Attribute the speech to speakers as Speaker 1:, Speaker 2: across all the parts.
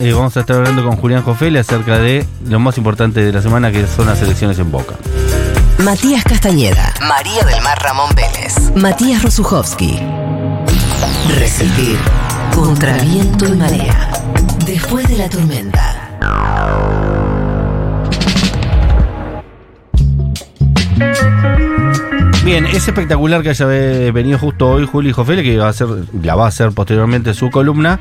Speaker 1: Eh, vamos a estar hablando con Julián Jofele acerca de lo más importante de la semana, que son las elecciones en Boca.
Speaker 2: Matías Castañeda,
Speaker 3: María del Mar Ramón Vélez.
Speaker 2: Matías Rosuchowski. Resistir contra viento y marea. Después de la tormenta.
Speaker 1: Bien, es espectacular que haya ve- venido justo hoy Juli Jofele, que va a ser, la va a hacer posteriormente su columna,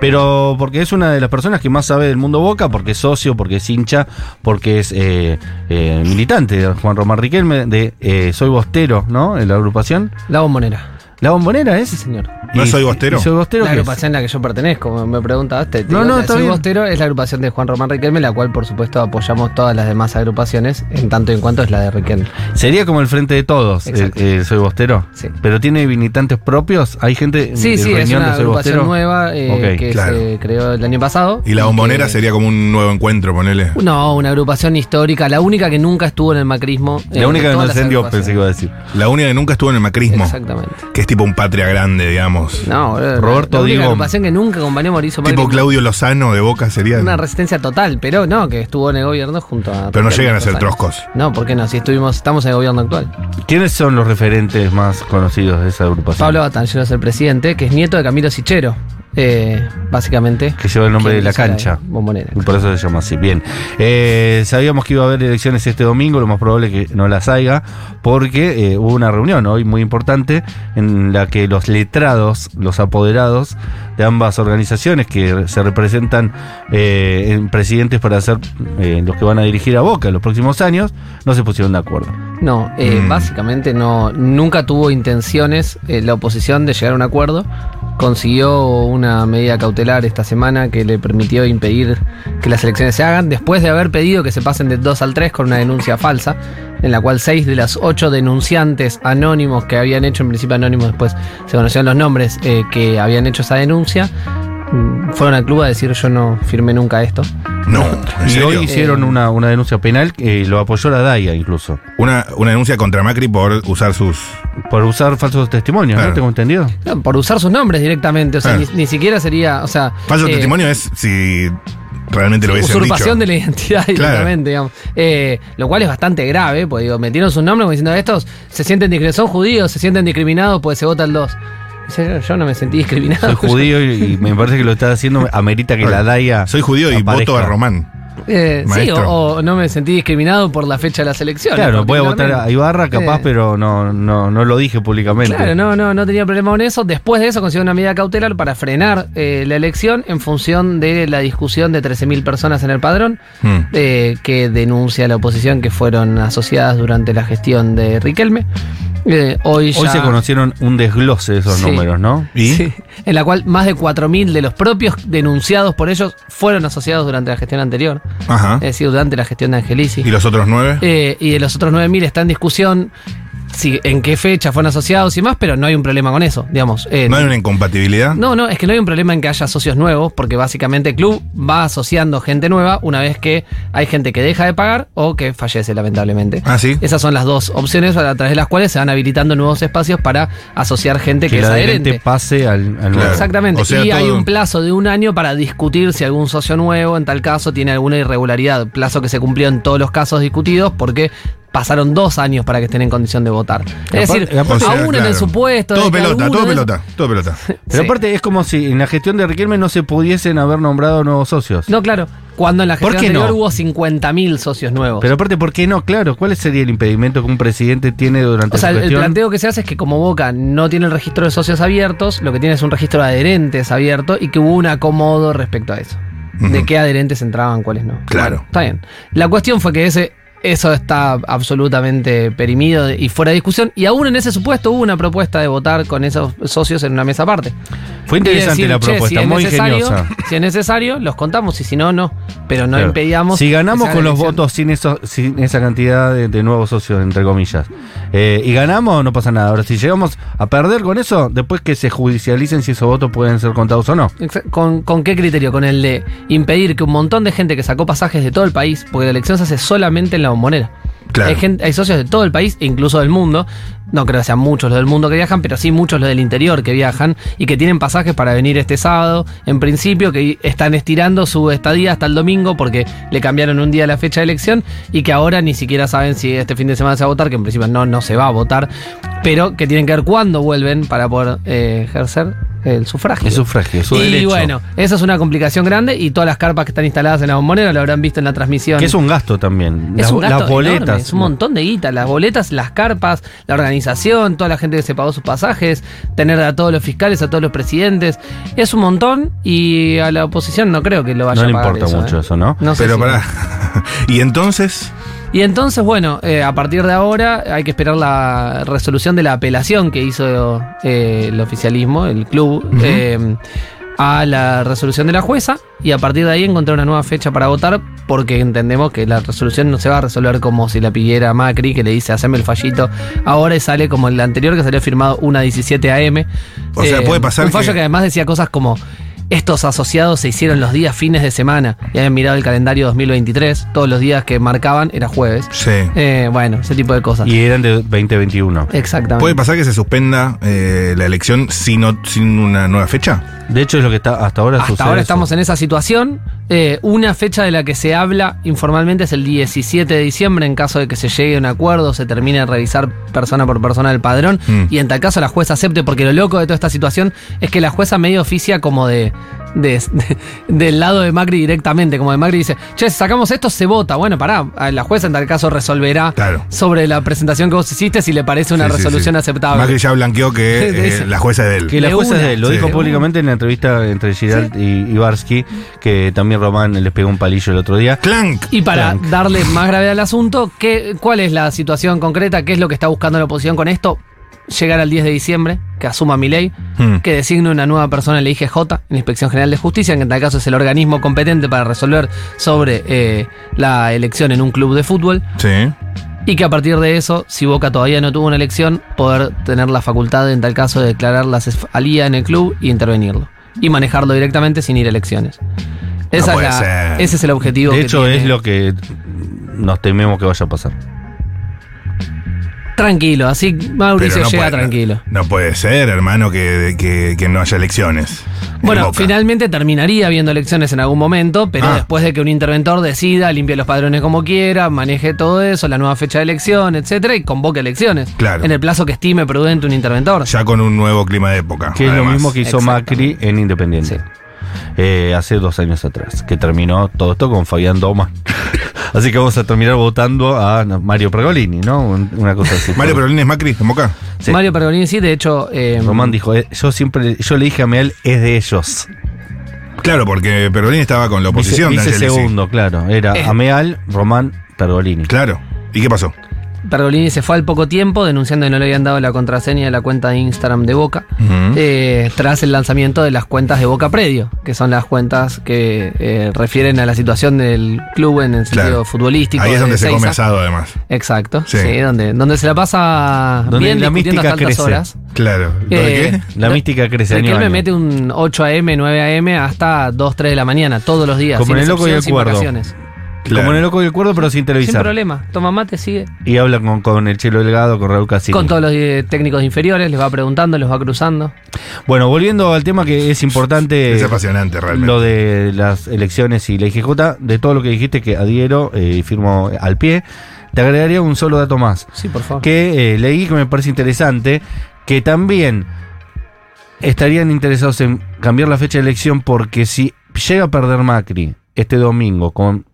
Speaker 1: pero porque es una de las personas que más sabe del mundo Boca, porque es socio, porque es hincha, porque es eh, eh, militante de Juan Román Riquelme, de eh, Soy Bostero, ¿no? En la agrupación.
Speaker 4: La bombonera,
Speaker 1: ¿La bombonera es?
Speaker 4: sí señor.
Speaker 5: ¿No
Speaker 1: Y-
Speaker 5: es Soy Bostero?
Speaker 1: y ¿Soy Bostero
Speaker 4: La
Speaker 1: qué es?
Speaker 4: agrupación a la que yo pertenezco, me- me preguntaste. te
Speaker 1: No,
Speaker 4: digo,
Speaker 1: no,
Speaker 4: la
Speaker 1: está
Speaker 4: Soy
Speaker 1: bien.
Speaker 4: Bostero es la agrupación de Juan Román Riquelme, la cual por supuesto apoyamos todas las demás agrupaciones, en tanto y en cuanto es la de Riquelme.
Speaker 1: Sería como el frente de todos, el,
Speaker 4: Exacto.
Speaker 1: el Soy Bostero.
Speaker 4: Sí.
Speaker 1: Pero tiene militantes propios. Hay gente.
Speaker 4: Sí,
Speaker 1: del
Speaker 4: sí, es
Speaker 1: riñón de
Speaker 4: una
Speaker 1: Soy
Speaker 4: agrupación
Speaker 1: Bostero?
Speaker 4: nueva eh,
Speaker 1: Ok,
Speaker 4: que
Speaker 5: claro.
Speaker 4: se creó el año pasado. Eh,
Speaker 5: Y la bombonera
Speaker 4: que-
Speaker 5: sería como un nuevo encuentro, ponele.
Speaker 4: No, una agrupación histórica, la única que nunca estuvo en el macrismo. eh,
Speaker 1: La única que
Speaker 4: de
Speaker 1: no
Speaker 4: todas las
Speaker 1: encendió,
Speaker 4: agrupaciones.
Speaker 1: pensé que iba a decir.
Speaker 5: La única que nunca estuvo en el macrismo,
Speaker 4: Exactamente.
Speaker 5: que es tipo un patria grande, digamos.
Speaker 4: No, boludo, la-
Speaker 1: Roberto
Speaker 4: la única
Speaker 1: Digo-
Speaker 4: agrupación que nunca acompañó a Mauricio
Speaker 5: tipo
Speaker 4: Macri.
Speaker 5: Claudio Lozano de Boca sería.
Speaker 4: Una resistencia total, pero no, que estuvo en el gobierno junto a.
Speaker 5: Pero no llegan a ser
Speaker 4: Rosario.
Speaker 5: troscos.
Speaker 4: No, ¿por qué no? Si estuvimos, estamos en el gobierno actual.
Speaker 1: ¿Quiénes son los referentes más conocidos de esa
Speaker 5: Pues
Speaker 1: agrupación?
Speaker 4: Pablo Batanchero es el presidente, que es nieto de Camilo Sichero, eh, básicamente.
Speaker 1: Que lleva el nombre
Speaker 4: Quien
Speaker 1: de la
Speaker 4: hizo
Speaker 1: cancha.
Speaker 4: bombonera.
Speaker 1: Y por eso se llama así. Bien. Eh, sabíamos que iba a haber elecciones este domingo, lo más probable que no las haya, porque eh, hubo una reunión hoy muy importante en la que los letrados, los apoderados de ambas organizaciones que se representan eh, en presidentes para ser eh, los que van a dirigir a Boca en los próximos años, no se pusieron de acuerdo.
Speaker 4: No, eh,
Speaker 5: Mm.
Speaker 4: básicamente no, nunca tuvo intenciones eh, la oposición de llegar a un acuerdo. Consiguió una medida cautelar esta semana que le permitió impedir que las elecciones se hagan, después de haber pedido que se pasen de 2 al 3 con una denuncia falsa, en la cual 6 de las 8 denunciantes anónimos que habían hecho, en principio anónimos, después se conocieron los nombres eh, que habían hecho esa denuncia, mm, fueron al club a decir yo no firmé nunca esto.
Speaker 5: No, en
Speaker 1: Y hoy
Speaker 5: serio.
Speaker 1: hicieron
Speaker 4: Eh.
Speaker 1: una, una denuncia penal, eh, lo apoyó la DAIA incluso,
Speaker 5: Una, una denuncia contra Macri por usar sus.
Speaker 1: por usar falsos testimonios, ¿no?
Speaker 5: Claro.
Speaker 1: ¿Tengo entendido?
Speaker 4: No, Por usar sus nombres directamente, o sea,
Speaker 5: Ah.
Speaker 4: ni, ni siquiera sería, o sea...
Speaker 5: Falso
Speaker 4: eh,
Speaker 5: testimonio es si realmente lo hubiesen
Speaker 4: usurpación
Speaker 5: dicho.
Speaker 4: de la identidad directamente, digamos. Eh, lo cual es bastante grave, pues digo, metieron su nombre como diciendo estos se sienten discriminados, son judíos, se sienten discriminados, pues se vota el 2. Dice, "Yo- Yo no me sentí discriminado.
Speaker 1: Soy judío y, y me parece que lo está haciendo, amerita que la DAIA.
Speaker 5: Soy judío y
Speaker 1: aparezca.
Speaker 5: voto a Román.
Speaker 4: Eh, sí,
Speaker 5: Maestro.
Speaker 4: o, o no me sentí discriminado por la fecha de las elecciones.
Speaker 1: Claro,
Speaker 4: porque
Speaker 1: voy a votar a
Speaker 4: claramente-
Speaker 1: Ibarra, capaz,
Speaker 4: Eh.
Speaker 1: pero no, no, no lo dije públicamente.
Speaker 4: Claro, no, no, no tenía problema con eso. Después de eso consiguió una medida cautelar para frenar eh, la elección en función de la discusión de 13.000 personas en el padrón.
Speaker 5: Mm.
Speaker 4: eh, que denuncia la oposición que fueron asociadas durante la gestión de Riquelme. Eh, hoy ya,
Speaker 1: Hoy se conocieron un desglose de esos
Speaker 4: Sí.
Speaker 1: números, ¿no?
Speaker 5: ¿Y?
Speaker 4: Sí, en la cual más de 4.000 de los propios denunciados por ellos fueron asociados durante la gestión anterior,
Speaker 5: Ajá.
Speaker 4: es decir, durante la gestión de Angelici.
Speaker 5: ¿Y los otros nueve?
Speaker 4: Eh, y de los otros 9.000 está en discusión si, en qué fecha fueron asociados y más, pero no hay un problema con eso, digamos. Eh,
Speaker 5: ¿No hay una incompatibilidad?
Speaker 4: no, no, es que no hay un problema en que haya socios nuevos, porque básicamente el club va asociando gente nueva una vez que hay gente que deja de pagar o que fallece, lamentablemente.
Speaker 5: Ah, sí.
Speaker 4: Esas son las dos opciones a través de las cuales se van habilitando nuevos espacios para asociar gente que,
Speaker 1: Que el
Speaker 4: es
Speaker 1: adherente
Speaker 4: adherente.
Speaker 1: pase al, al nuevo.
Speaker 5: Claro.
Speaker 4: Exactamente.
Speaker 5: O sea,
Speaker 4: y hay
Speaker 5: todo-
Speaker 4: un plazo de un año para discutir si algún socio nuevo, en tal caso, tiene alguna irregularidad. Plazo que se cumplió en todos los casos discutidos porque pasaron dos años para que estén en condición de votar.
Speaker 1: Aparte-
Speaker 4: Es decir,
Speaker 1: aparte-
Speaker 5: O sea,
Speaker 4: aún en
Speaker 5: claro.
Speaker 4: el supuesto. de
Speaker 5: Todo
Speaker 4: que
Speaker 5: pelota,
Speaker 4: alguno
Speaker 5: todo
Speaker 4: de esos-
Speaker 5: pelota, todo pelota.
Speaker 1: Pero
Speaker 4: Sí.
Speaker 1: aparte es como si en la gestión de Riquelme no se pudiesen haber nombrado nuevos socios.
Speaker 4: No, claro. Cuando en la
Speaker 1: ¿Por
Speaker 4: gestión
Speaker 1: qué no?
Speaker 4: anterior hubo 50.000 socios nuevos.
Speaker 1: Pero aparte, ¿por qué no? Claro, ¿cuál sería el impedimento que un presidente tiene durante
Speaker 4: o sea,
Speaker 1: su
Speaker 4: el- el
Speaker 1: gestión?
Speaker 4: planteo que se hace es que como Boca no tiene el registro de socios abiertos, lo que tiene es un registro de adherentes abierto y que hubo un acomodo respecto a eso. De
Speaker 5: Ujú.
Speaker 4: qué adherentes entraban, cuáles no.
Speaker 5: Claro.
Speaker 4: Está bien. La cuestión fue que ese, eso está absolutamente perimido y fuera de discusión. Y aún en ese supuesto hubo una propuesta de votar con esos socios en una mesa aparte.
Speaker 1: Fue interesante
Speaker 4: Y decir,
Speaker 1: la
Speaker 4: "Che,
Speaker 1: propuesta,
Speaker 4: si es
Speaker 1: muy
Speaker 4: necesario-
Speaker 1: ingeniosa.
Speaker 4: Si es necesario, los contamos y si no, no. Pero no
Speaker 1: Claro.
Speaker 4: impedíamos.
Speaker 1: Si ganamos
Speaker 4: que se haga
Speaker 1: con
Speaker 4: la
Speaker 1: los
Speaker 4: elección.
Speaker 1: votos sin, eso, sin esa cantidad de, de nuevos socios, entre comillas, eh, y ganamos, no pasa nada. Ahora, si llegamos a perder con eso, después que se judicialicen si esos votos pueden ser contados o no.
Speaker 4: Exa- ¿Con, ¿Con qué criterio? Con el de impedir que un montón de gente que sacó pasajes de todo el país, porque la elección se hace solamente en la bombonera.
Speaker 5: Claro.
Speaker 4: Hay, gente- hay socios de todo el país, e incluso del mundo. No creo que sean muchos los del mundo que viajan, pero sí muchos los del interior que viajan y que tienen pasajes para venir este sábado. En principio, que están estirando su estadía hasta el domingo porque le cambiaron un día la fecha de elección y que ahora ni siquiera saben si este fin de semana se va a votar, que en principio no, no se va a votar, pero que tienen que ver cuándo vuelven para poder eh, ejercer el sufragio.
Speaker 1: El sufragio, su
Speaker 4: y
Speaker 1: derecho.
Speaker 4: bueno, esa es una complicación grande y todas las carpas que están instaladas en la bombonera lo habrán visto en la transmisión.
Speaker 1: Que es un gasto también.
Speaker 4: Es
Speaker 1: las,
Speaker 4: un gasto
Speaker 1: las boletas.
Speaker 4: enorme, es un montón de guita. Las boletas, las carpas, la organización, toda la gente que se pagó sus pasajes, tener a todos los fiscales, a todos los presidentes. Es un montón y a la oposición no creo que lo vaya
Speaker 1: No
Speaker 4: a
Speaker 1: le
Speaker 4: pagar
Speaker 1: importa
Speaker 4: eso,
Speaker 1: mucho
Speaker 4: ¿eh?
Speaker 1: eso, ¿no?
Speaker 4: No sé
Speaker 5: Pero
Speaker 4: si-
Speaker 5: pará. y entonces,
Speaker 4: Y entonces, bueno, eh, a partir de ahora hay que esperar la resolución de la apelación que hizo eh, el oficialismo, el club, eh, a la resolución de la jueza y a partir de ahí encontrar una nueva fecha para votar porque entendemos que la resolución no se va a resolver como si la pidiera Macri que le dice haceme el fallito ahora y sale como el anterior que salió firmado 1.17 AM.
Speaker 5: O sea, puede pasar
Speaker 4: Eh, Un fallo
Speaker 5: que-
Speaker 4: que además decía cosas como estos asociados se hicieron los días fines de semana y habían mirado el calendario 2023. Todos los días que marcaban era jueves.
Speaker 5: sí.
Speaker 4: Eh, bueno, ese tipo de cosas.
Speaker 1: Y eran de 2021.
Speaker 4: Exactamente.
Speaker 5: ¿Puede pasar que se suspenda eh, la elección sin, o- sin una nueva fecha?
Speaker 1: De hecho, es lo que está hasta ahora
Speaker 4: Hasta
Speaker 1: sucede
Speaker 4: ahora
Speaker 1: eso.
Speaker 4: estamos en esa situación. Eh, una fecha de la que se habla informalmente es el 17 de diciembre, en caso de que se llegue a un acuerdo, se termine de revisar persona por persona el padrón,
Speaker 5: Mm.
Speaker 4: y en tal caso la jueza acepte, porque lo loco de toda esta situación es que la jueza medio oficia como de, de- de- del lado de Macri directamente, como de Macri dice, che, si sacamos esto se vota, bueno, pará, a la jueza en tal caso resolverá
Speaker 5: Claro.
Speaker 4: sobre la presentación que vos hiciste si le parece una
Speaker 5: Sí, sí,
Speaker 4: resolución
Speaker 5: sí.
Speaker 4: aceptable.
Speaker 5: Macri ya blanqueó que eh,
Speaker 4: Dice-
Speaker 5: la jueza es de él.
Speaker 1: Que la
Speaker 4: De
Speaker 1: jueza es
Speaker 4: una.
Speaker 1: de él, lo
Speaker 5: Sí.
Speaker 1: dijo
Speaker 5: De
Speaker 1: públicamente en la entrevista entre Girard y, y Barsky, que también Román les pegó un palillo el otro día.
Speaker 5: ¡Clank!
Speaker 4: Y para
Speaker 1: Tranca.
Speaker 4: darle más gravedad al asunto, ¿qué, ¿cuál es la situación concreta? ¿Qué es lo que está buscando la oposición con esto? Llegar al 10 de diciembre, que asuma mi ley,
Speaker 1: Hmm.
Speaker 5: Mm.
Speaker 4: que designe una nueva persona en la IGJ, en la Inspección General de Justicia, que en tal caso es el organismo competente para resolver sobre eh, la elección en un club de fútbol,
Speaker 5: Sí.
Speaker 4: y que a partir de eso, si Boca todavía no tuvo una elección, poder tener la facultad en tal caso de declarar la cefalía en el club y intervenirlo. Y manejarlo directamente sin ir a elecciones. Esa
Speaker 5: puede
Speaker 4: es la-
Speaker 5: ser.
Speaker 4: ese es el objetivo.
Speaker 1: De
Speaker 4: que
Speaker 1: hecho,
Speaker 4: tiene.
Speaker 1: es lo que nos tememos que vaya a pasar.
Speaker 4: Tranquilo, así Mauricio
Speaker 5: Pero no
Speaker 4: llega
Speaker 5: puede-
Speaker 4: tranquilo.
Speaker 5: No puede ser, hermano, que, que- que no haya elecciones. en
Speaker 4: Bueno,
Speaker 5: Boca.
Speaker 4: finalmente terminaría habiendo elecciones en algún momento, pero
Speaker 5: Ah.
Speaker 4: después de que un interventor decida, limpie los padrones como quiera, maneje todo eso, la nueva fecha de elección, etcétera, y convoque elecciones.
Speaker 5: Claro.
Speaker 4: En el plazo que estime prudente un interventor.
Speaker 5: Ya con un nuevo clima de época.
Speaker 1: Que es lo
Speaker 5: además.
Speaker 1: mismo que hizo Macri
Speaker 4: Exactamente.
Speaker 1: en Independiente. Eh, hace dos años atrás, que terminó todo esto con Fabián Doman. así que vamos a terminar votando a Mario Pergolini, ¿no? Un- Una cosa así.
Speaker 5: Mario Perolín es Macri en Boca.
Speaker 1: Sí.
Speaker 4: Mario Pergolini sí, de hecho. eh,
Speaker 1: Román dijo, eh, yo siempre, yo le dije a Meal, es de ellos.
Speaker 5: Claro, porque Perolín estaba con la
Speaker 1: Vice,
Speaker 5: oposición. de
Speaker 1: vice
Speaker 5: Angelesi.
Speaker 1: segundo, claro. Era
Speaker 4: Eh.
Speaker 1: Ameal, Román, Pergolini.
Speaker 5: Claro. ¿Y qué pasó?
Speaker 4: Pergolini se fue al poco tiempo denunciando que no le habían dado la contraseña de la cuenta de Instagram de Boca
Speaker 5: Ujú.
Speaker 4: eh, tras el lanzamiento de las cuentas de Boca Predio, que son las cuentas que eh, refieren a la situación del club en el sentido
Speaker 5: Claro.
Speaker 4: futbolístico.
Speaker 5: Ahí es
Speaker 4: de
Speaker 5: donde se
Speaker 4: Ezeiza.
Speaker 5: come asado, además.
Speaker 4: Exacto,
Speaker 5: Sí.
Speaker 4: sí, donde, donde se la pasa
Speaker 1: Donde
Speaker 4: bien
Speaker 1: la mística
Speaker 4: discutiendo hasta altas
Speaker 1: crece.
Speaker 4: horas.
Speaker 5: Claro. ¿Lo de
Speaker 4: Eh,
Speaker 5: qué?
Speaker 1: La
Speaker 4: No,
Speaker 1: mística crece año a
Speaker 4: Riquelme
Speaker 1: año.
Speaker 4: mete un 8 a.m., 9 a.m. hasta 2, 3 de la mañana, todos los días.
Speaker 1: Como
Speaker 4: sin
Speaker 1: en el loco y
Speaker 4: excepción,
Speaker 1: el
Speaker 4: sin
Speaker 1: cuerdo.
Speaker 4: vacaciones.
Speaker 5: Claro.
Speaker 1: Como en el loco del cuerdo, pero sin
Speaker 4: Sin
Speaker 1: televisar.
Speaker 4: problema, toma mate, sigue.
Speaker 1: y habla con, con el Chelo Delgado, con Raúl Casini.
Speaker 4: Con todos los eh, técnicos inferiores, les va preguntando, los va cruzando.
Speaker 1: Bueno, volviendo al tema que es
Speaker 4: eh,
Speaker 1: importante.
Speaker 5: Es apasionante, realmente.
Speaker 1: Lo de las elecciones y la IGJ, de todo lo que dijiste que adhiero eh, y firmo al pie, te agregaría un solo dato más.
Speaker 4: Sí, por favor.
Speaker 1: que eh, leí que me parece interesante, que también estarían interesados en cambiar la fecha de elección porque si llega a perder Macri este domingo con,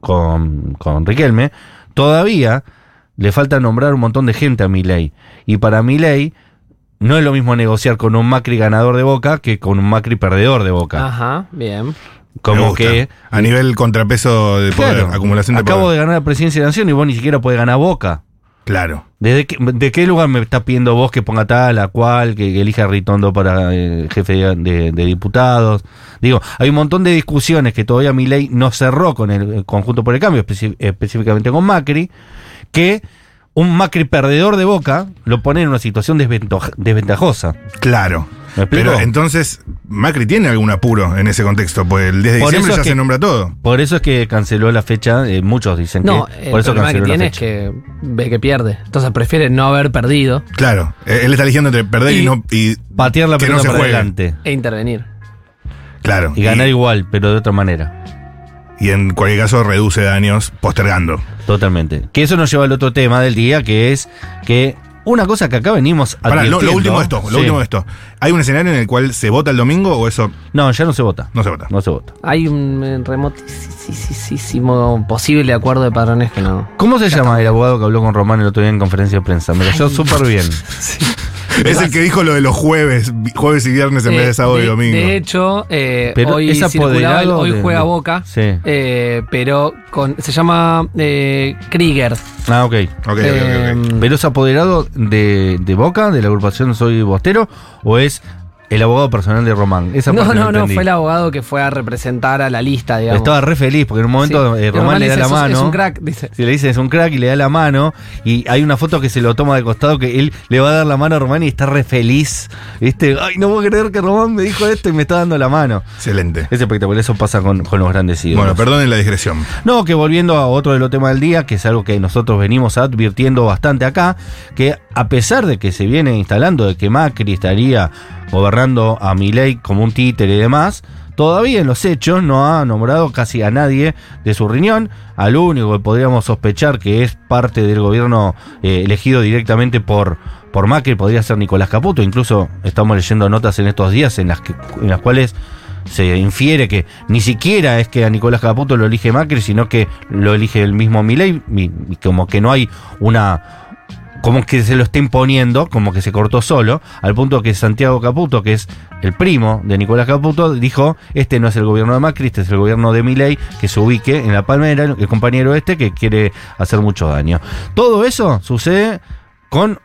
Speaker 1: con, con Riquelme, todavía le falta nombrar un montón de gente a Milei. Y para Milei no es lo mismo negociar con un Macri ganador de Boca que con un Macri perdedor de Boca.
Speaker 4: Ajá, bien.
Speaker 5: Me
Speaker 1: Como
Speaker 5: gusta.
Speaker 1: que...
Speaker 5: A nivel contrapeso de poder,
Speaker 1: Claro,
Speaker 5: acumulación de
Speaker 1: acabo
Speaker 5: poder.
Speaker 1: de ganar la presidencia de la nación y vos ni siquiera podés ganar Boca.
Speaker 5: Claro.
Speaker 1: ¿Desde qué- ¿De qué lugar me está pidiendo vos que ponga tal, a cual, que, que elija a Ritondo para eh, jefe de, de- de diputados? Digo, hay un montón de discusiones que todavía mi ley no cerró con el el conjunto por el cambio, especi- específicamente con Macri, que un Macri perdedor de boca lo pone en una situación desvento- desventajosa.
Speaker 5: Claro.
Speaker 1: ¿Me explico?
Speaker 5: Pero entonces, Macri tiene algún apuro en ese contexto, pues el 10 de
Speaker 1: Por eso
Speaker 5: diciembre
Speaker 1: es
Speaker 5: ya
Speaker 1: que-
Speaker 5: se nombra todo.
Speaker 1: Por eso es que canceló la fecha, eh, muchos dicen
Speaker 4: No,
Speaker 1: que
Speaker 4: el
Speaker 1: por eso
Speaker 4: problema que
Speaker 1: canceló la
Speaker 4: tiene es
Speaker 1: fecha.
Speaker 4: que ve que pierde. Entonces prefiere no haber perdido
Speaker 5: Claro, eh, él está eligiendo entre perder y,
Speaker 4: Y-
Speaker 5: no. Y,
Speaker 1: Patear la
Speaker 5: que no
Speaker 1: pelota
Speaker 5: se
Speaker 1: para
Speaker 5: juegue.
Speaker 1: adelante
Speaker 4: e intervenir.
Speaker 5: Claro.
Speaker 1: y ganar igual, pero de otra manera,
Speaker 5: y en cualquier caso reduce daños postergando.
Speaker 1: totalmente. Que eso nos lleva al otro tema del día, que es que una cosa que acá venimos a
Speaker 5: Pará, lo, lo último de esto, lo último de esto. ¿Hay un escenario en el cual se vota el domingo o eso
Speaker 1: No, ya no se vota.
Speaker 5: no se vota?
Speaker 1: No se vota.
Speaker 4: Hay un eh, remotísimo posible acuerdo de padrones que no.
Speaker 1: ¿Cómo se llama el abogado que habló con Román el otro día en conferencia de prensa? Me cayó súper bien.
Speaker 5: Es el que dijo lo de los jueves, vi- jueves y viernes en
Speaker 4: Eh,
Speaker 5: vez de sábado y
Speaker 4: de-
Speaker 5: domingo.
Speaker 4: De hecho, eh,
Speaker 1: Pero
Speaker 4: hoy,
Speaker 1: es
Speaker 4: circulaba el-
Speaker 1: apoderado
Speaker 4: hoy
Speaker 1: de-
Speaker 4: juega
Speaker 1: de-
Speaker 4: Boca,
Speaker 1: Sí.
Speaker 4: eh, pero con, se llama eh, Krieger.
Speaker 1: Ah, ok.
Speaker 5: Ok, ok, ok, ok.
Speaker 4: Em,
Speaker 1: ¿Pero es apoderado de, de Boca, de la agrupación Soy Bostero, o es el abogado personal de Román? Esa
Speaker 4: no,
Speaker 1: parte
Speaker 4: no, no,
Speaker 1: entendí.
Speaker 4: fue el abogado que fue a representar a la lista, digamos.
Speaker 1: Estaba re feliz porque en un momento
Speaker 4: Sí.
Speaker 1: eh,
Speaker 4: Y
Speaker 1: Román le da
Speaker 4: dice,
Speaker 1: la
Speaker 4: "Sos-
Speaker 1: mano.
Speaker 4: Es un crack, dice.
Speaker 1: Si le dice es un crack y le da la mano. Y hay una foto que se lo toma de costado que él le va a dar la mano a Román y está re feliz. ¿Viste? Ay, no puedo creer que Román me dijo esto y me está dando la mano.
Speaker 5: Excelente.
Speaker 1: Es espectacular, eso pasa con, con los grandes ídolos.
Speaker 5: Bueno, perdonen la digresión.
Speaker 1: No, que volviendo a otro de los temas del día, que es algo que nosotros venimos advirtiendo bastante acá, que a pesar de que se viene instalando de que Macri estaría gobernando a Milei como un títere y demás, todavía en los hechos no ha nombrado casi a nadie de su riñón, al único que podríamos sospechar que es parte del gobierno eh, elegido directamente por, por Macri podría ser Nicolás Caputo, incluso estamos leyendo notas en estos días en las, que, en las cuales se infiere que ni siquiera es que a Nicolás Caputo lo elige Macri, sino que lo elige el mismo Milei, y, y como que no hay una como que se lo está imponiendo, como que se cortó solo, al punto que Santiago Caputo, que es el primo de Nicolás Caputo, dijo, este no es el gobierno de Macri, este es el gobierno de Milei, que se ubique en la palmera, el compañero este que quiere hacer mucho daño. Todo eso sucede con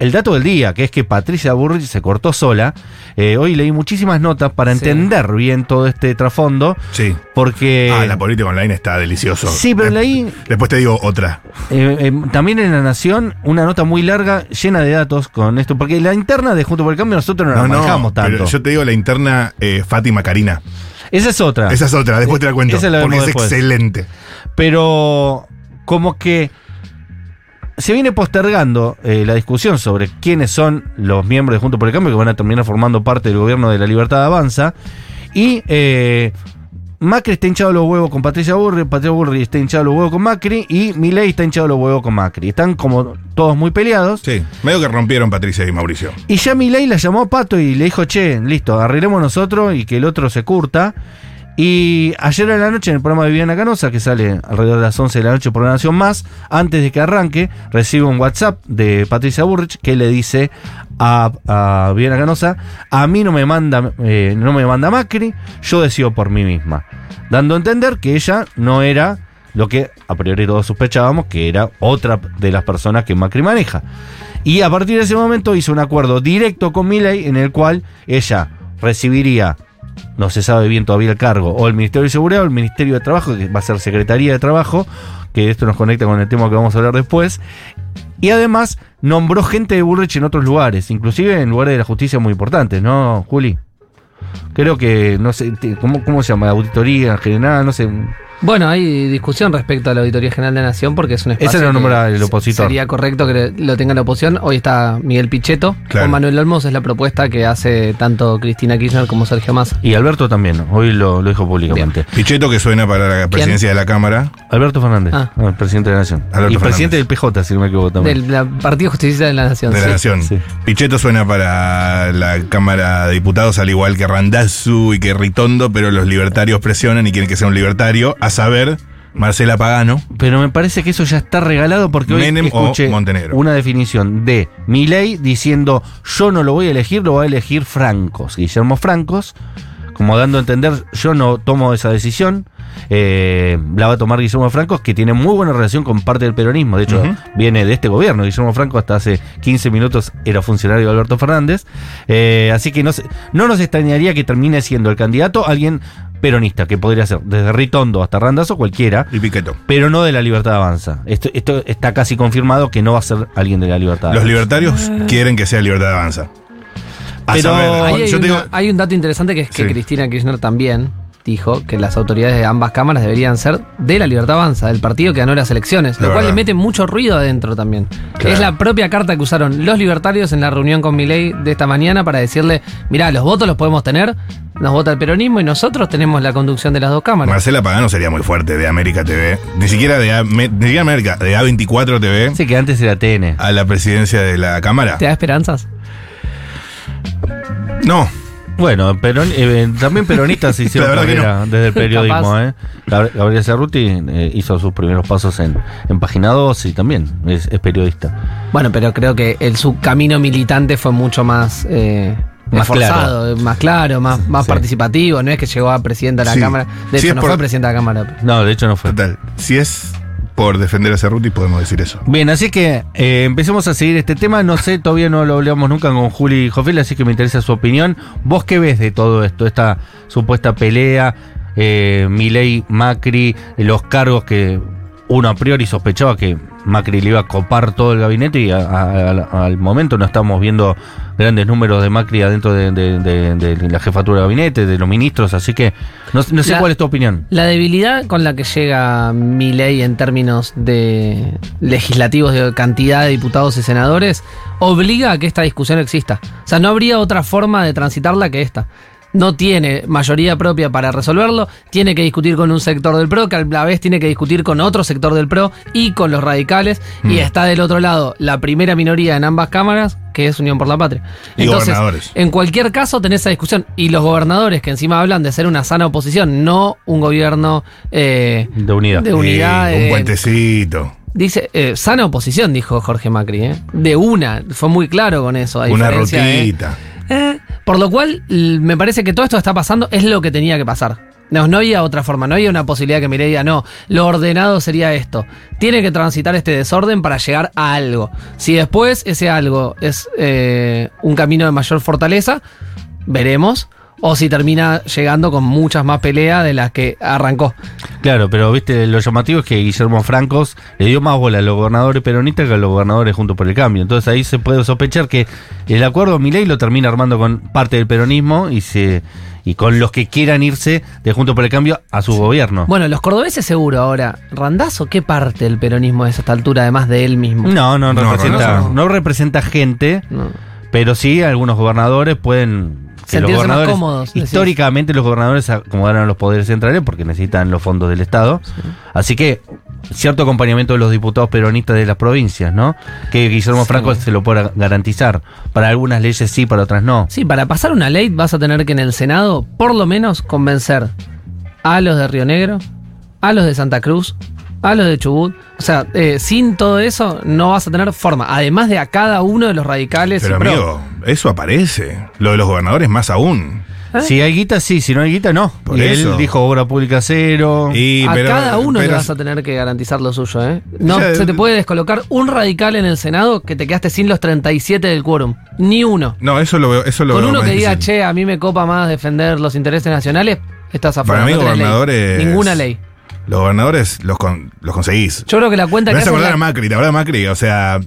Speaker 1: el dato del día, que es que Patricia Burrich se cortó sola. Eh, hoy leí muchísimas notas para
Speaker 4: Sí.
Speaker 1: entender bien todo este trasfondo,
Speaker 5: Sí.
Speaker 1: porque...
Speaker 5: ah, la política online está delicioso.
Speaker 1: Eh, Sí, pero
Speaker 5: Eh,
Speaker 1: leí
Speaker 5: Después te digo otra.
Speaker 1: eh, eh, también en La Nación una nota muy larga, llena de datos con esto, porque la interna de Junto por el Cambio nosotros no la manejamos tanto.
Speaker 5: Pero yo te digo la interna eh, Fátima Karina.
Speaker 1: Esa es otra.
Speaker 5: Ah. Esa es otra, después te la cuento.
Speaker 1: Esa la
Speaker 5: porque es
Speaker 1: vemos después.
Speaker 5: excelente.
Speaker 1: Pero como que se viene postergando eh, la discusión sobre quiénes son los miembros de Junto por el Cambio que van a terminar formando parte del gobierno de la Libertad Avanza. Y eh, Macri está hinchado los huevos con Patricia Burri, Patricia Burri está hinchado los huevos con Macri y Milei está hinchado los huevos con Macri. Están como todos muy peleados.
Speaker 5: Sí. Medio que rompieron Patricia y Mauricio.
Speaker 1: Y ya Milei la llamó a Pato y le dijo, che, listo, arreglemos nosotros y que el otro se curta. Y ayer en la noche en el programa de Viviana Canosa, que sale alrededor de las 11 de la noche por la Nación Más, antes de que arranque, recibe un WhatsApp de Patricia Burrich que le dice a, a Viviana Canosa, a mí no me, manda, eh, no me manda Macri, yo decido por mí misma. Dando a entender que ella no era lo que a priori todos sospechábamos que era otra de las personas que Macri maneja. Y a partir de ese momento hizo un acuerdo directo con Milley en el cual ella recibiría, no se sabe bien todavía el cargo, o el Ministerio de Seguridad o el Ministerio de Trabajo, que va a ser Secretaría de Trabajo, que esto nos conecta con el tema que vamos a hablar después. Y además nombró gente de Burrich en otros lugares, inclusive en lugares de la justicia muy importantes, ¿no, Juli? Creo que, no sé, te- ¿cómo, cómo se llama? Auditoría general, no sé.
Speaker 4: Bueno, hay discusión respecto a la Auditoría General de la Nación porque es un espacio.
Speaker 1: lo
Speaker 4: que
Speaker 1: nombra el
Speaker 4: se-
Speaker 1: opositor.
Speaker 4: Sería correcto que le- lo tenga la oposición. Hoy está Miguel Pichetto.
Speaker 5: Claro.
Speaker 4: Juan Manuel Olmos es la propuesta que hace tanto Cristina Kirchner como Sergio Massa.
Speaker 1: Y Alberto también, hoy lo, lo dijo públicamente.
Speaker 5: Pichetto que suena para la presidencia de la Cámara.
Speaker 1: Alberto Fernández,
Speaker 4: Ah.
Speaker 1: el presidente de la Nación.
Speaker 5: Alberto
Speaker 1: y presidente
Speaker 5: Fernández.
Speaker 1: del PJ, si no me equivoco también.
Speaker 4: Del la- Partido Justicia de la Nación.
Speaker 5: de la
Speaker 4: sí.
Speaker 5: Nación.
Speaker 1: sí.
Speaker 5: Pichetto suena para la Cámara de Diputados, al igual que Randazzu y que Ritondo, pero los libertarios presionan y quieren que sea un libertario, a saber, Marcela Pagano.
Speaker 1: Pero me parece que eso ya está regalado porque hoy
Speaker 5: Menem o
Speaker 1: escuché
Speaker 5: Montenegro.
Speaker 1: una definición de Milei diciendo yo no lo voy a elegir, lo va a elegir Francos, Guillermo Francos, como dando a entender yo no tomo esa decisión, eh, la va a tomar Guillermo Francos que tiene muy buena relación con parte del peronismo, de hecho
Speaker 5: Ujú.
Speaker 1: viene de este gobierno, Guillermo Franco hasta hace 15 minutos era funcionario de Alberto Fernández, Eh, así que no, se- no nos extrañaría que termine siendo el candidato alguien peronista, que podría ser desde Ritondo hasta Randazo, cualquiera
Speaker 5: Y Piqueto.
Speaker 1: pero no de la libertad avanza. Esto, esto está casi confirmado que no va a ser alguien de la libertad
Speaker 5: Los
Speaker 1: avanza.
Speaker 5: libertarios quieren que sea Libertad Avanza. A
Speaker 1: Pero-
Speaker 5: saber,
Speaker 1: Ahí
Speaker 4: Ahí hay,
Speaker 5: yo te digo,
Speaker 4: una- ah, hay un dato interesante que es que
Speaker 5: Sí.
Speaker 4: Cristina Kirchner también dijo que las autoridades de ambas cámaras deberían ser de la Libertad Avanza, del partido que ganó las elecciones,
Speaker 5: La
Speaker 4: lo cual
Speaker 5: verdad.
Speaker 4: le mete mucho ruido adentro también.
Speaker 5: Claro.
Speaker 4: Es la propia carta que usaron los libertarios en la reunión con Milei de esta mañana para decirle, mirá, los votos los podemos tener, nos vota el peronismo y nosotros tenemos la conducción de las dos cámaras.
Speaker 5: Marcela Pagano sería muy fuerte de América TV. Ni siquiera de, A- me- ni siquiera América, de A24 TV
Speaker 1: Dice que antes era TN.
Speaker 5: a la presidencia de la Cámara.
Speaker 4: ¿Te da esperanzas?
Speaker 5: No,
Speaker 1: Bueno, Perón- eh, también peronistas se hicieron
Speaker 5: La verdad que
Speaker 1: carrera desde el periodismo.
Speaker 4: Capaz.
Speaker 1: ¿eh? Gabri- Gabriel Cerruti eh, hizo sus primeros pasos en, en Página 2 y también es, es periodista.
Speaker 4: Bueno, pero creo que el, su camino militante fue mucho más... eh,
Speaker 1: Más
Speaker 4: esforzado, eh, más claro, más, más
Speaker 1: Sí.
Speaker 4: participativo, no es que llegó a presidenta de la
Speaker 5: Sí.
Speaker 4: Cámara, de
Speaker 5: Sí,
Speaker 4: hecho
Speaker 5: es
Speaker 4: no
Speaker 5: por-
Speaker 4: fue presidenta de la Cámara.
Speaker 1: No, de hecho no fue.
Speaker 5: total. Si es por defender a Cerruti, podemos decir eso.
Speaker 1: Bien, así que eh, empecemos a seguir este tema. No sé, todavía no lo hablamos nunca con Juli Jofil, así que me interesa su opinión. ¿Vos qué ves de todo esto? Esta supuesta pelea, eh, Milei, Macri, los cargos que uno a priori sospechaba que Macri le iba a copar todo el gabinete y a- a- al- al momento no estamos viendo grandes números de Macri adentro de, de- de- de la jefatura de gabinete, de los ministros, así que no, no sé
Speaker 4: La-
Speaker 1: cuál es tu opinión.
Speaker 4: La debilidad con la que llega mi ley en términos de legislativos, de cantidad de diputados y senadores, obliga a que esta discusión exista. O sea, no habría otra forma de transitarla que esta. No tiene mayoría propia para resolverlo, tiene que discutir con un sector del PRO, que a la vez tiene que discutir con otro sector del PRO y con los radicales,
Speaker 5: Mm.
Speaker 4: y está del otro lado la primera minoría en ambas cámaras, que es Unión por la Patria.
Speaker 5: Y gobernadores.
Speaker 4: En cualquier caso, tenés esa discusión. Y los gobernadores, que encima hablan de ser una sana oposición, no un gobierno eh,
Speaker 1: De unidad.
Speaker 4: de unidad.
Speaker 5: Eh, un
Speaker 4: eh,
Speaker 5: puentecito.
Speaker 4: dice, eh, sana oposición, dijo Jorge Macri, ¿eh? De una. Fue muy claro con eso. a
Speaker 5: Una
Speaker 4: diferencia de-
Speaker 5: rutita.
Speaker 4: eh, por lo cual, l- me parece que todo esto que está pasando es lo que tenía que pasar. No, no había otra forma, no había una posibilidad que me diga, no, lo ordenado sería esto. Tiene que transitar este desorden para llegar a algo. Si después ese algo es eh, un camino de mayor fortaleza, veremos. O si termina llegando con muchas más peleas de las que arrancó.
Speaker 1: Claro, pero viste, lo llamativo es que Guillermo Francos le dio más bola a los gobernadores peronistas que a los gobernadores juntos por el cambio. Entonces ahí se puede sospechar que el acuerdo Milei lo termina armando con parte del peronismo y se y con los que quieran irse de Juntos por el Cambio a su gobierno.
Speaker 4: Bueno, los cordobeses seguro ahora. ¿Randazo qué parte del peronismo es a esta altura, además de él mismo?
Speaker 1: no, no,
Speaker 5: No,
Speaker 1: representa,
Speaker 5: no,
Speaker 1: no. representa gente,
Speaker 4: No.
Speaker 1: pero sí algunos gobernadores pueden que
Speaker 4: Sentirse más cómodos, decís.
Speaker 1: históricamente los gobernadores acomodaron los poderes centrales porque necesitan los fondos del Estado. Así que cierto acompañamiento de los diputados peronistas de las provincias, ¿no? Que Guillermo
Speaker 4: Sí.
Speaker 1: Franco se lo pueda garantizar. Para algunas leyes sí, para otras no.
Speaker 4: Sí, para pasar una ley vas a tener que en el Senado por lo menos convencer a los de Río Negro, a los de Santa Cruz, a los de Chubut. O sea, eh, sin todo eso no vas a tener forma. Además de a cada uno de los radicales.
Speaker 5: Pero
Speaker 4: y pro.
Speaker 5: amigo, eso aparece. Lo de los gobernadores más aún.
Speaker 4: ¿Eh?
Speaker 1: Si hay guita, sí, si no hay guita, no.
Speaker 5: Por
Speaker 1: Y
Speaker 5: eso.
Speaker 1: Él dijo obra pública cero.
Speaker 5: Y,
Speaker 4: a
Speaker 5: pero-
Speaker 4: cada uno
Speaker 5: pero-
Speaker 4: le vas a tener que garantizar lo suyo, ¿eh? No
Speaker 5: O sea,
Speaker 4: se te puede descolocar un radical en el Senado que te quedaste sin los 37 del quórum. Ni uno.
Speaker 5: No, eso lo veo. Eso lo
Speaker 4: Con
Speaker 5: veo
Speaker 4: uno
Speaker 5: más
Speaker 4: que diga,
Speaker 5: difícil.
Speaker 4: che, a mí me copa más defender los intereses nacionales, estás afuera.
Speaker 5: Para mí,
Speaker 4: no tenés ley.
Speaker 5: gobernadores.
Speaker 4: Ninguna ley.
Speaker 5: Los gobernadores los, con- los conseguís.
Speaker 4: Yo creo que la cuenta
Speaker 5: Me
Speaker 4: que
Speaker 5: vas a
Speaker 4: hacen
Speaker 5: acordar
Speaker 4: la-
Speaker 5: a Macri, te habrá Macri, o sea,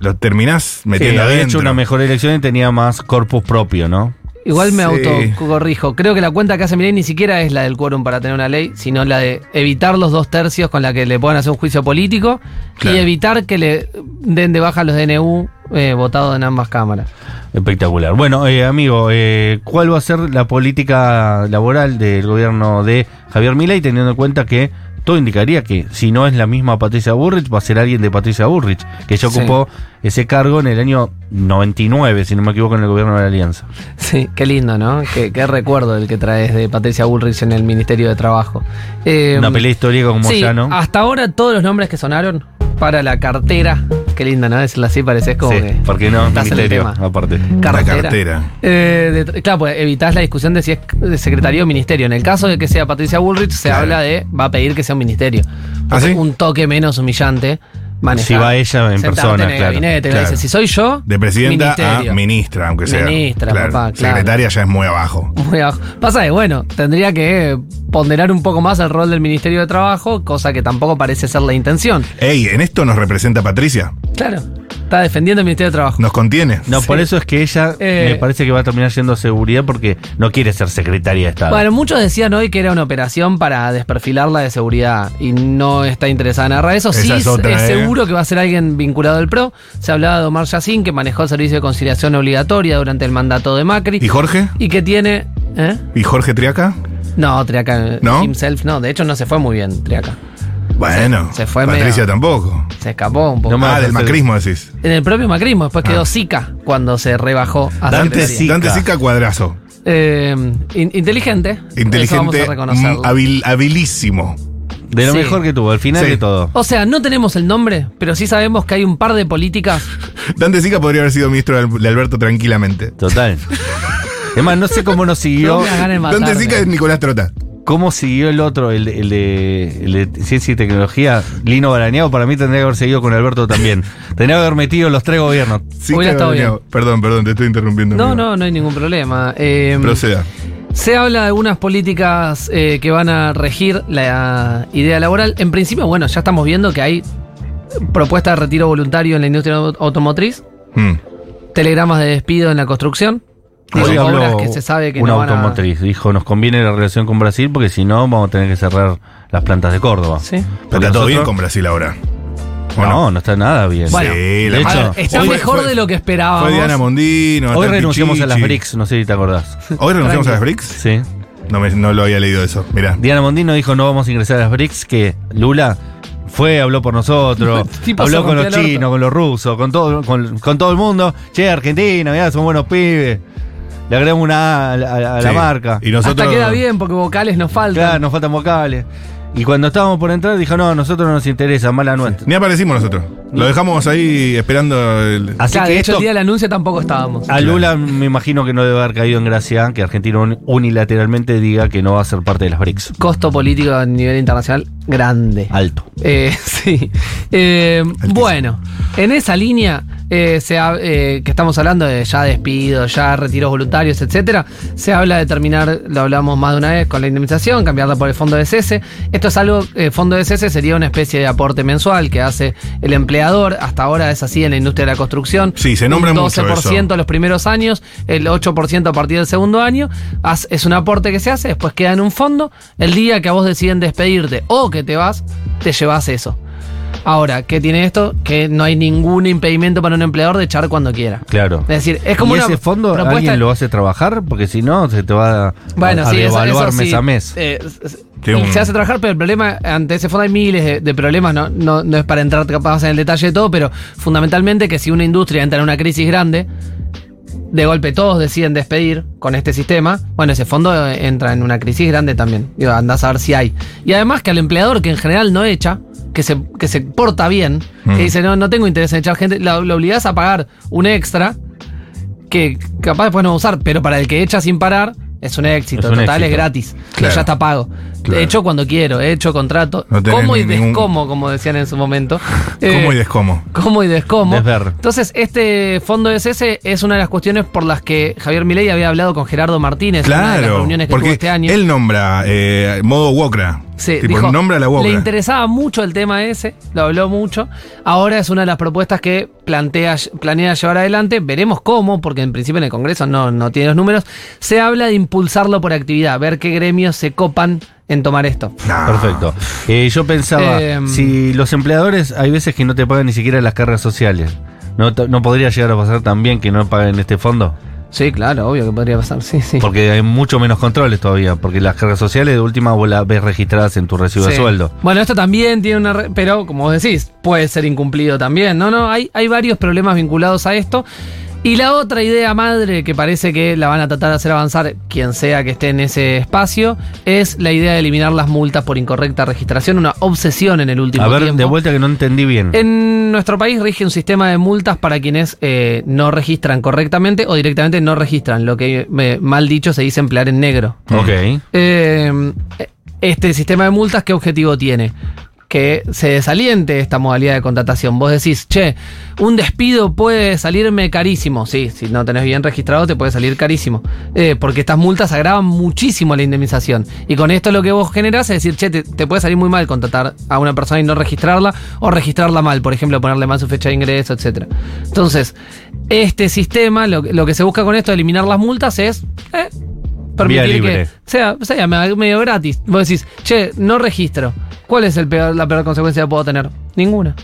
Speaker 5: lo terminás
Speaker 1: Sí,
Speaker 5: metiendo
Speaker 1: había hecho
Speaker 5: adentro.
Speaker 1: una mejor elección y tenía más corpus propio, ¿no?
Speaker 4: Igual me
Speaker 5: Sí.
Speaker 4: autocorrijo. Creo que la cuenta que hace mi ley ni siquiera es la del quórum para tener una ley, sino la de evitar los dos tercios con la que le puedan hacer un juicio político
Speaker 5: Claro.
Speaker 4: y evitar que le den de baja los DNU eh, votados en ambas cámaras.
Speaker 1: Espectacular. Bueno, eh, amigo, eh, ¿cuál va a ser la política laboral del gobierno de Javier Milei, teniendo en cuenta que todo indicaría que si no es la misma Patricia Burrich, va a ser alguien de Patricia Burrich, que ya
Speaker 4: Sí.
Speaker 1: ocupó ese cargo en el año 99, si no me equivoco, en el gobierno de la Alianza.
Speaker 4: Sí, qué lindo, ¿no? Qué, qué recuerdo el que traes de Patricia Bullrich en el Ministerio de Trabajo. Eh,
Speaker 1: Una pelea histórica como
Speaker 4: sí,
Speaker 1: ya, ¿no?
Speaker 4: Hasta ahora todos los nombres que sonaron para la cartera. Qué linda, ¿no? Decirlo así pareces como
Speaker 1: Sí,
Speaker 4: que.
Speaker 1: porque no,
Speaker 4: estás en el
Speaker 1: ministerio,
Speaker 4: tema.
Speaker 1: aparte.
Speaker 5: La
Speaker 4: cartera.
Speaker 5: cartera.
Speaker 4: Eh, de tra- claro, pues evitás la discusión de si es de secretario o ministerio. En el caso de que sea Patricia Bullrich, se
Speaker 5: Claro.
Speaker 4: habla de va a pedir que sea un ministerio.
Speaker 5: ¿Ah, sí?
Speaker 4: Un toque menos humillante. manejar-
Speaker 1: Si va ella en
Speaker 4: sentarte
Speaker 1: persona,
Speaker 4: en el
Speaker 1: claro,
Speaker 4: gabinete,
Speaker 5: claro.
Speaker 4: dice, si soy yo,
Speaker 5: De presidenta
Speaker 4: ministerio.
Speaker 5: a ministra, aunque sea.
Speaker 4: Ministra, papá, claro.
Speaker 5: Secretaria ya es muy abajo.
Speaker 4: Muy abajo. Pasa que, bueno, tendría que eh, ponderar un poco más el rol del Ministerio de Trabajo, cosa que tampoco parece ser la intención.
Speaker 5: Ey, en esto nos representa Patricia.
Speaker 4: Claro. Está defendiendo el Ministerio de Trabajo.
Speaker 5: Nos contiene.
Speaker 1: No,
Speaker 4: Sí.
Speaker 1: por eso es que ella
Speaker 4: Eh.
Speaker 1: me parece que va a terminar siendo seguridad porque no quiere ser secretaria de Estado.
Speaker 4: Bueno, muchos decían hoy que era una operación para desperfilarla de seguridad y no está interesada en narrar eso. Sí,
Speaker 5: Esa es
Speaker 4: es,
Speaker 5: otra,
Speaker 4: es
Speaker 5: ¿eh?
Speaker 4: seguro que va a ser alguien vinculado al PRO. Se hablaba de Omar Yacín, que manejó el servicio de conciliación obligatoria durante el mandato de Macri.
Speaker 5: ¿Y Jorge?
Speaker 4: Y que tiene. ¿eh?
Speaker 5: ¿Y Jorge Triaca?
Speaker 4: No, Triaca. eh,
Speaker 5: ¿No?
Speaker 4: Himself, no. De hecho, no se fue muy bien, Triaca.
Speaker 5: Bueno.
Speaker 4: se fue
Speaker 5: Patricia
Speaker 4: medio-
Speaker 5: tampoco.
Speaker 4: Se escapó un poco.
Speaker 1: No me-
Speaker 5: ah, del
Speaker 1: se-
Speaker 5: macrismo decís.
Speaker 4: En el propio macrismo, después quedó
Speaker 5: Ah.
Speaker 4: Zika cuando se rebajó a
Speaker 1: Dante
Speaker 4: secretaría.
Speaker 1: Sica.
Speaker 5: Dante Sica cuadrazo.
Speaker 4: Eh, in- inteligente. Eso vamos
Speaker 5: Inteligente,
Speaker 4: a reconocerlo.
Speaker 5: mm, habil- habilísimo.
Speaker 1: de lo
Speaker 4: sí.
Speaker 1: mejor que tuvo, al final
Speaker 5: Sí.
Speaker 1: de todo.
Speaker 4: O sea, no tenemos el nombre, pero sí sabemos que hay un par de políticas.
Speaker 5: Dante Sica podría haber sido ministro de Al- de Alberto tranquilamente.
Speaker 1: Total. es más, no sé cómo nos
Speaker 4: No
Speaker 1: siguió.
Speaker 4: me hagan el
Speaker 5: Dante
Speaker 4: matarme.
Speaker 5: Sica es Nicolás Trota.
Speaker 1: ¿Cómo siguió el otro, el, de- el de, el de Ciencia y Tecnología? Lino Baraneado, para mí tendría que haber seguido con Alberto también. tendría que haber metido los tres gobiernos.
Speaker 5: Sica
Speaker 4: Hubiera estado
Speaker 5: venía-
Speaker 4: bien.
Speaker 5: Perdón, perdón, te estoy interrumpiendo.
Speaker 4: No,
Speaker 5: amigo.
Speaker 4: no, no hay ningún problema. Eh,
Speaker 5: Proceda.
Speaker 4: se habla de algunas políticas eh, que van a regir la idea laboral. En principio, bueno, ya estamos viendo que hay propuestas de retiro voluntario en la industria auto- automotriz,
Speaker 5: Mm.
Speaker 4: telegramas de despido en la construcción. y
Speaker 1: Hoy
Speaker 4: obras
Speaker 1: habló
Speaker 4: que se sabe que
Speaker 1: una
Speaker 4: no van a-
Speaker 1: automotriz. Dijo, nos conviene la relación con Brasil porque si no vamos a tener que cerrar las plantas de Córdoba.
Speaker 4: Sí.
Speaker 5: Pero Está todo bien con Brasil ahora. ¿O
Speaker 1: No, no, está nada bien.
Speaker 4: Bueno,
Speaker 5: Sí, la
Speaker 1: de
Speaker 4: A ver,
Speaker 1: hecho,
Speaker 4: Ah, está
Speaker 5: hoy fue-
Speaker 4: mejor de lo que esperábamos.
Speaker 5: Fue Diana Mondino.
Speaker 1: Hoy
Speaker 5: Tati
Speaker 1: renunciamos a las
Speaker 5: Chichi.
Speaker 1: BRICS, no sé si te acordás.
Speaker 5: ¿Hoy renunciamos a las
Speaker 4: Tranqui.
Speaker 5: BRICS?
Speaker 1: Sí.
Speaker 5: No, me- no lo había leído eso. Mirá.
Speaker 1: Diana Mondino dijo no vamos a ingresar a las BRICS, que Lula fue, habló por nosotros,
Speaker 4: Sí, pasó,
Speaker 1: habló con
Speaker 4: rompió
Speaker 1: los
Speaker 4: el orto.
Speaker 1: chinos, con los rusos, con todo, con, con todo el mundo. Che, Argentina, mirá, son buenos pibes. Le agregamos una A a, la- a la
Speaker 5: Sí.
Speaker 1: marca.
Speaker 5: Y nosotros.
Speaker 4: Hasta queda bien porque vocales nos faltan.
Speaker 1: Claro, nos faltan vocales. Y cuando estábamos por entrar dijo, no, a nosotros no nos interesa, mala nuestra.
Speaker 5: Ni aparecimos nosotros. Lo dejamos ahí esperando. el-
Speaker 1: Así
Speaker 4: Claro,
Speaker 1: que
Speaker 4: de hecho,
Speaker 1: esto,
Speaker 4: el día del anuncio tampoco estábamos.
Speaker 1: a Lula me imagino que no debe haber caído en gracia que Argentina un- unilateralmente diga que no va a ser parte de las BRICS.
Speaker 4: Costo político a nivel internacional grande.
Speaker 1: Alto.
Speaker 4: Eh, sí. Eh, bueno, en esa línea eh, se ha- eh, que estamos hablando de ya despidos, ya retiros voluntarios, etcétera, se habla de terminar, lo hablamos más de una vez, con la indemnización, cambiarla por el fondo de cese. Esto es algo, eh, fondo de cese sería una especie de aporte mensual que hace el empleador. Hasta ahora es así en la industria de la construcción.
Speaker 5: Sí, se nombra
Speaker 4: Un
Speaker 5: mucho
Speaker 4: 12% los primeros años, el 8% a partir del segundo año. Haz- Es un aporte que se hace, después queda en un fondo. El día que a vos deciden despedirte o que te vas, te llevas eso. Ahora, ¿qué tiene esto? Que no hay ningún impedimento para un empleador de echar cuando quiera.
Speaker 1: Claro.
Speaker 4: Es decir, es como
Speaker 1: ¿Y
Speaker 4: una
Speaker 1: ese fondo
Speaker 4: propuesta-
Speaker 1: alguien lo hace trabajar? Porque si no, se te va a,
Speaker 4: bueno,
Speaker 1: a
Speaker 4: sí, eso-
Speaker 1: devaluar
Speaker 4: eso
Speaker 1: mes
Speaker 4: sí.
Speaker 1: a mes.
Speaker 4: Eh, s- s-
Speaker 5: Sí, un-
Speaker 4: Se hace trabajar, pero el problema, ante ese fondo hay miles de, de problemas, ¿no? No, no es para entrar capaz en el detalle de todo, pero fundamentalmente que si una industria entra en una crisis grande, de golpe todos deciden despedir con este sistema, bueno, ese fondo eh, entra en una crisis grande también. Digo, andás a ver si hay. Y además que al empleador que en general no echa, que se, que se porta bien,
Speaker 5: Mm.
Speaker 4: que dice, no, no tengo interés en echar gente, lo, lo obligás a pagar un extra que capaz después no va a usar, pero para el que echa sin parar es un éxito.
Speaker 1: Es un
Speaker 4: Total, es
Speaker 1: éxito.
Speaker 4: gratis.
Speaker 5: Claro.
Speaker 4: Ya está pago.
Speaker 5: Claro.
Speaker 4: He hecho cuando quiero, he hecho contrato.
Speaker 5: No tenés
Speaker 4: como y
Speaker 5: ningún-
Speaker 4: descomo, como decían en su momento. Eh,
Speaker 5: ¿Cómo y descómo?
Speaker 4: como y descomo.
Speaker 1: Desver.
Speaker 4: Entonces, este fondo SS es una de las cuestiones por las que Javier Milei había hablado con Gerardo Martínez en una de las
Speaker 5: Claro,
Speaker 4: reuniones que tuvo
Speaker 5: porque
Speaker 4: este año.
Speaker 5: él nombra eh, modo Wokra.
Speaker 4: Sí,
Speaker 5: tipo,
Speaker 4: dijo,
Speaker 5: nombra la
Speaker 4: Le
Speaker 5: Wokra.
Speaker 4: interesaba mucho el tema ese, lo habló mucho. Ahora es una de las propuestas que plantea, planea llevar adelante. Veremos cómo, porque en principio en el Congreso no, no tiene los números. Se habla de impulsarlo por actividad, ver qué gremios se copan en tomar esto.
Speaker 5: Nah.
Speaker 1: Perfecto. Eh, yo pensaba,
Speaker 4: Em.
Speaker 1: si los empleadores, hay veces que no te pagan ni siquiera las cargas sociales. ¿No, t- no podría llegar a pasar también que no paguen este fondo?
Speaker 4: Sí, claro, obvio que podría pasar. Sí, sí.
Speaker 1: Porque hay mucho menos controles todavía, porque las cargas sociales de última vos las ves registradas en tu recibo de
Speaker 4: Sí.
Speaker 1: sueldo.
Speaker 4: Bueno, esto también tiene una. re- Pero, como vos decís, puede ser incumplido también. No, no, hay, hay varios problemas vinculados a esto. Y la otra idea madre que parece que la van a tratar de hacer avanzar quien sea que esté en ese espacio es la idea de eliminar las multas por incorrecta registración, una obsesión en el último
Speaker 1: A ver,
Speaker 4: tiempo.
Speaker 1: de vuelta que no entendí bien.
Speaker 4: En nuestro país rige un sistema de multas para quienes eh, no registran correctamente o directamente no registran, lo que eh, mal dicho se dice emplear en negro.
Speaker 1: ok.
Speaker 4: Eh, este sistema de multas, ¿qué objetivo tiene? que se desaliente esta modalidad de contratación. Vos decís, che, un despido puede salirme carísimo. Sí, si no tenés bien registrado te puede salir carísimo. Eh, porque estas multas agravan muchísimo la indemnización. Y con esto lo que vos generás es decir, che, te, te puede salir muy mal contratar a una persona y no registrarla o registrarla mal, por ejemplo, ponerle mal su fecha de ingreso, etc. Entonces, este sistema, lo, lo que se busca con esto de eliminar las multas es... eh,
Speaker 1: Vía
Speaker 4: permitir
Speaker 1: libre.
Speaker 4: que sea, sea me- medio gratis. Vos decís, che, no registro. ¿Cuál es el peor, la peor consecuencia que puedo tener? Ninguna.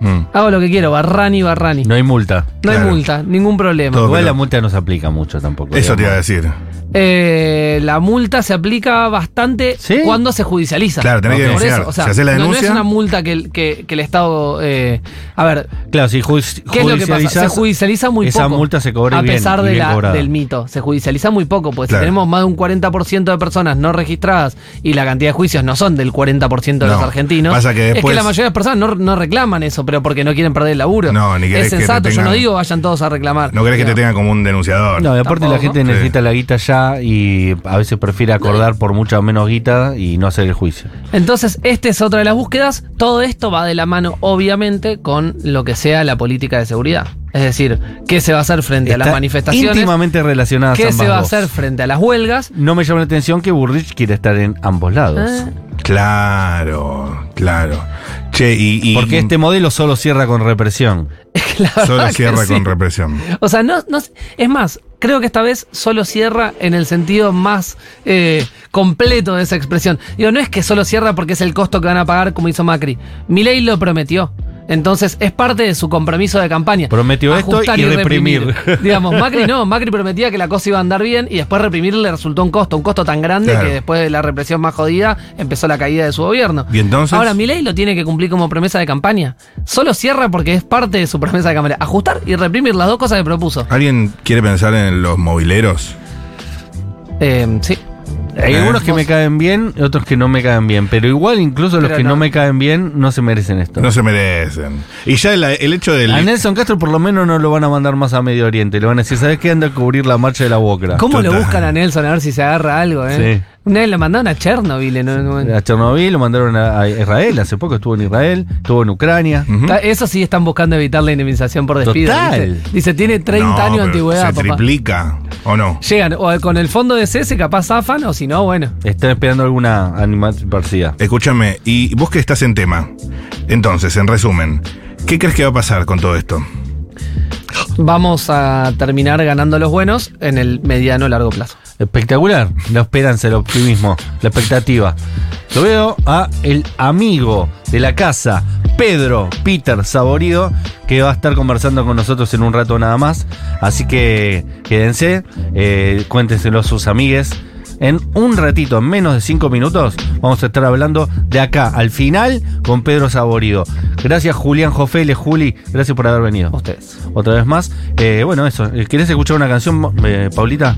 Speaker 5: Mm.
Speaker 4: Hago lo que quiero, barrani, barrani. No,
Speaker 1: No hay multa.
Speaker 5: claro.
Speaker 4: hay multa, ningún problema.
Speaker 5: Todo.
Speaker 1: Igual
Speaker 5: pero-
Speaker 1: la multa no se aplica mucho tampoco.
Speaker 5: Eso te iba a
Speaker 1: digamos.
Speaker 5: decir.
Speaker 4: Eh, la multa se aplica bastante
Speaker 1: ¿Sí?
Speaker 4: cuando se judicializa.
Speaker 5: Claro, tenés que
Speaker 4: Por
Speaker 5: denunciar.
Speaker 4: eso, o sea,
Speaker 5: Si hacés la
Speaker 4: no- No,
Speaker 5: denuncia-
Speaker 4: es una multa que, el- que- que el Estado. eh, a ver,
Speaker 1: Claro, si ju-
Speaker 4: ¿Qué es lo que pasa? Se
Speaker 1: judicializás,
Speaker 4: judicializa muy
Speaker 1: esa
Speaker 4: poco.
Speaker 1: multa se cobra
Speaker 4: A
Speaker 1: bien,
Speaker 4: pesar
Speaker 1: y
Speaker 4: de
Speaker 1: bien
Speaker 4: la-
Speaker 1: cobrada.
Speaker 4: del mito. Se judicializa muy poco, porque
Speaker 5: Claro.
Speaker 4: si tenemos más de un 40% de personas no registradas y la cantidad de juicios no son del 40% de los
Speaker 5: No.
Speaker 4: argentinos,
Speaker 5: Pasa que
Speaker 4: es que
Speaker 5: después-
Speaker 4: la mayoría de las personas no, no reclaman eso, pero porque no quieren perder el laburo.
Speaker 5: No, ni querés
Speaker 4: es
Speaker 5: que te
Speaker 4: sensato, yo no
Speaker 5: tengan-
Speaker 4: digo vayan todos a reclamar.
Speaker 5: No querés que te
Speaker 4: Digamos.
Speaker 5: tengan como un denunciador.
Speaker 1: No, y aparte la
Speaker 4: Tampoco.
Speaker 1: gente
Speaker 5: Sí.
Speaker 1: necesita la guita ya y a veces prefiere acordar por mucha o menos guita y no hacer el juicio.
Speaker 4: Entonces, esta es otra de las búsquedas. Todo esto va de la mano, obviamente, con lo que sea la política de seguridad. Es decir, qué se va a hacer frente a las
Speaker 1: Está
Speaker 4: manifestaciones,
Speaker 1: Íntimamente relacionadas
Speaker 4: qué
Speaker 1: ambas
Speaker 4: se va a
Speaker 1: dos.
Speaker 4: hacer frente a las huelgas.
Speaker 1: No me llama la atención que Burrich quiere estar en ambos lados.
Speaker 4: Ah.
Speaker 5: Claro, claro. Che, y. y-
Speaker 1: Porque este modelo solo cierra con represión.
Speaker 4: La verdad
Speaker 5: Solo
Speaker 4: que
Speaker 5: cierra
Speaker 4: sí.
Speaker 5: con represión.
Speaker 4: O sea, no, no- es más, creo que esta vez solo cierra en el sentido más eh, completo de esa expresión. Digo, no es que solo cierra porque es el costo que van a pagar como hizo Macri. Milei lo prometió. Entonces es parte de su compromiso de campaña.
Speaker 1: Prometió esto
Speaker 4: Ajustar
Speaker 1: y reprimir.
Speaker 4: Digamos, Macri no, Macri prometía que la cosa iba a andar bien y después reprimir le resultó un costo, un costo tan grande
Speaker 5: Claro.
Speaker 4: que después de la represión más jodida empezó la caída de su gobierno.
Speaker 5: ¿Y entonces?
Speaker 4: Ahora, Milei lo tiene que cumplir como promesa de campaña. Solo cierra porque es parte de su promesa de campaña. Ajustar y reprimir las dos cosas que propuso.
Speaker 5: ¿Alguien quiere pensar en los mobileros?
Speaker 4: Eh, sí.
Speaker 1: Hay
Speaker 5: Eh.
Speaker 1: algunos que me caen bien, otros que no me caen bien. Pero igual, incluso los
Speaker 4: Pero
Speaker 1: que no.
Speaker 4: no.
Speaker 1: me caen bien, no se merecen esto.
Speaker 5: No se merecen. Y ya el, el hecho del.
Speaker 1: A Nelson Castro por lo menos no lo van a mandar más a Medio Oriente. Le van a decir, ¿sabes qué? Anda a cubrir la marcha de la Bocra.
Speaker 4: ¿Cómo lo
Speaker 5: Total.
Speaker 4: buscan a Nelson a ver si se agarra algo, eh?
Speaker 1: Sí.
Speaker 4: Una vez lo mandaron a Chernobyl. en un- en-
Speaker 1: A Chernobyl, lo mandaron a, a Israel. Hace poco estuvo en Israel, estuvo en Ucrania.
Speaker 5: Ujú.
Speaker 4: Ta- Eso sí están buscando evitar la indemnización por despido.
Speaker 1: Total.
Speaker 4: Dice, Dice, tiene 30
Speaker 5: No,
Speaker 4: años de
Speaker 5: pero
Speaker 4: antigüedad,
Speaker 5: Se
Speaker 4: papá.
Speaker 5: triplica, ¿o no?
Speaker 4: Llegan o con el fondo de cese, capaz zafan, o si no, bueno.
Speaker 1: Están esperando alguna animadversida.
Speaker 5: Escúchame, y vos que estás en tema. Entonces, en resumen, ¿qué crees que va a pasar con todo esto?
Speaker 4: Vamos a terminar ganando los buenos en el mediano largo plazo.
Speaker 1: Espectacular. La esperanza, el optimismo, la expectativa. Lo veo a el amigo de la casa, Pedro Peter Saborido, que va a estar conversando con nosotros en un rato nada más. Así que quédense, eh, cuéntenselo a sus amigues. En un ratito, en menos de cinco minutos, vamos a estar hablando de acá, al final, con Pedro Saborido. Gracias, Julián Jofele, Juli, gracias por haber venido.
Speaker 4: Ustedes.
Speaker 1: Otra vez más. Eh, bueno, eso. Eh, ¿Querés escuchar una canción, eh, Paulita?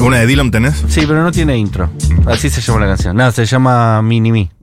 Speaker 5: ¿Una de Dylan tenés?
Speaker 1: Sí, pero no tiene intro. Así se llama la canción. Nada, se llama Mini Me.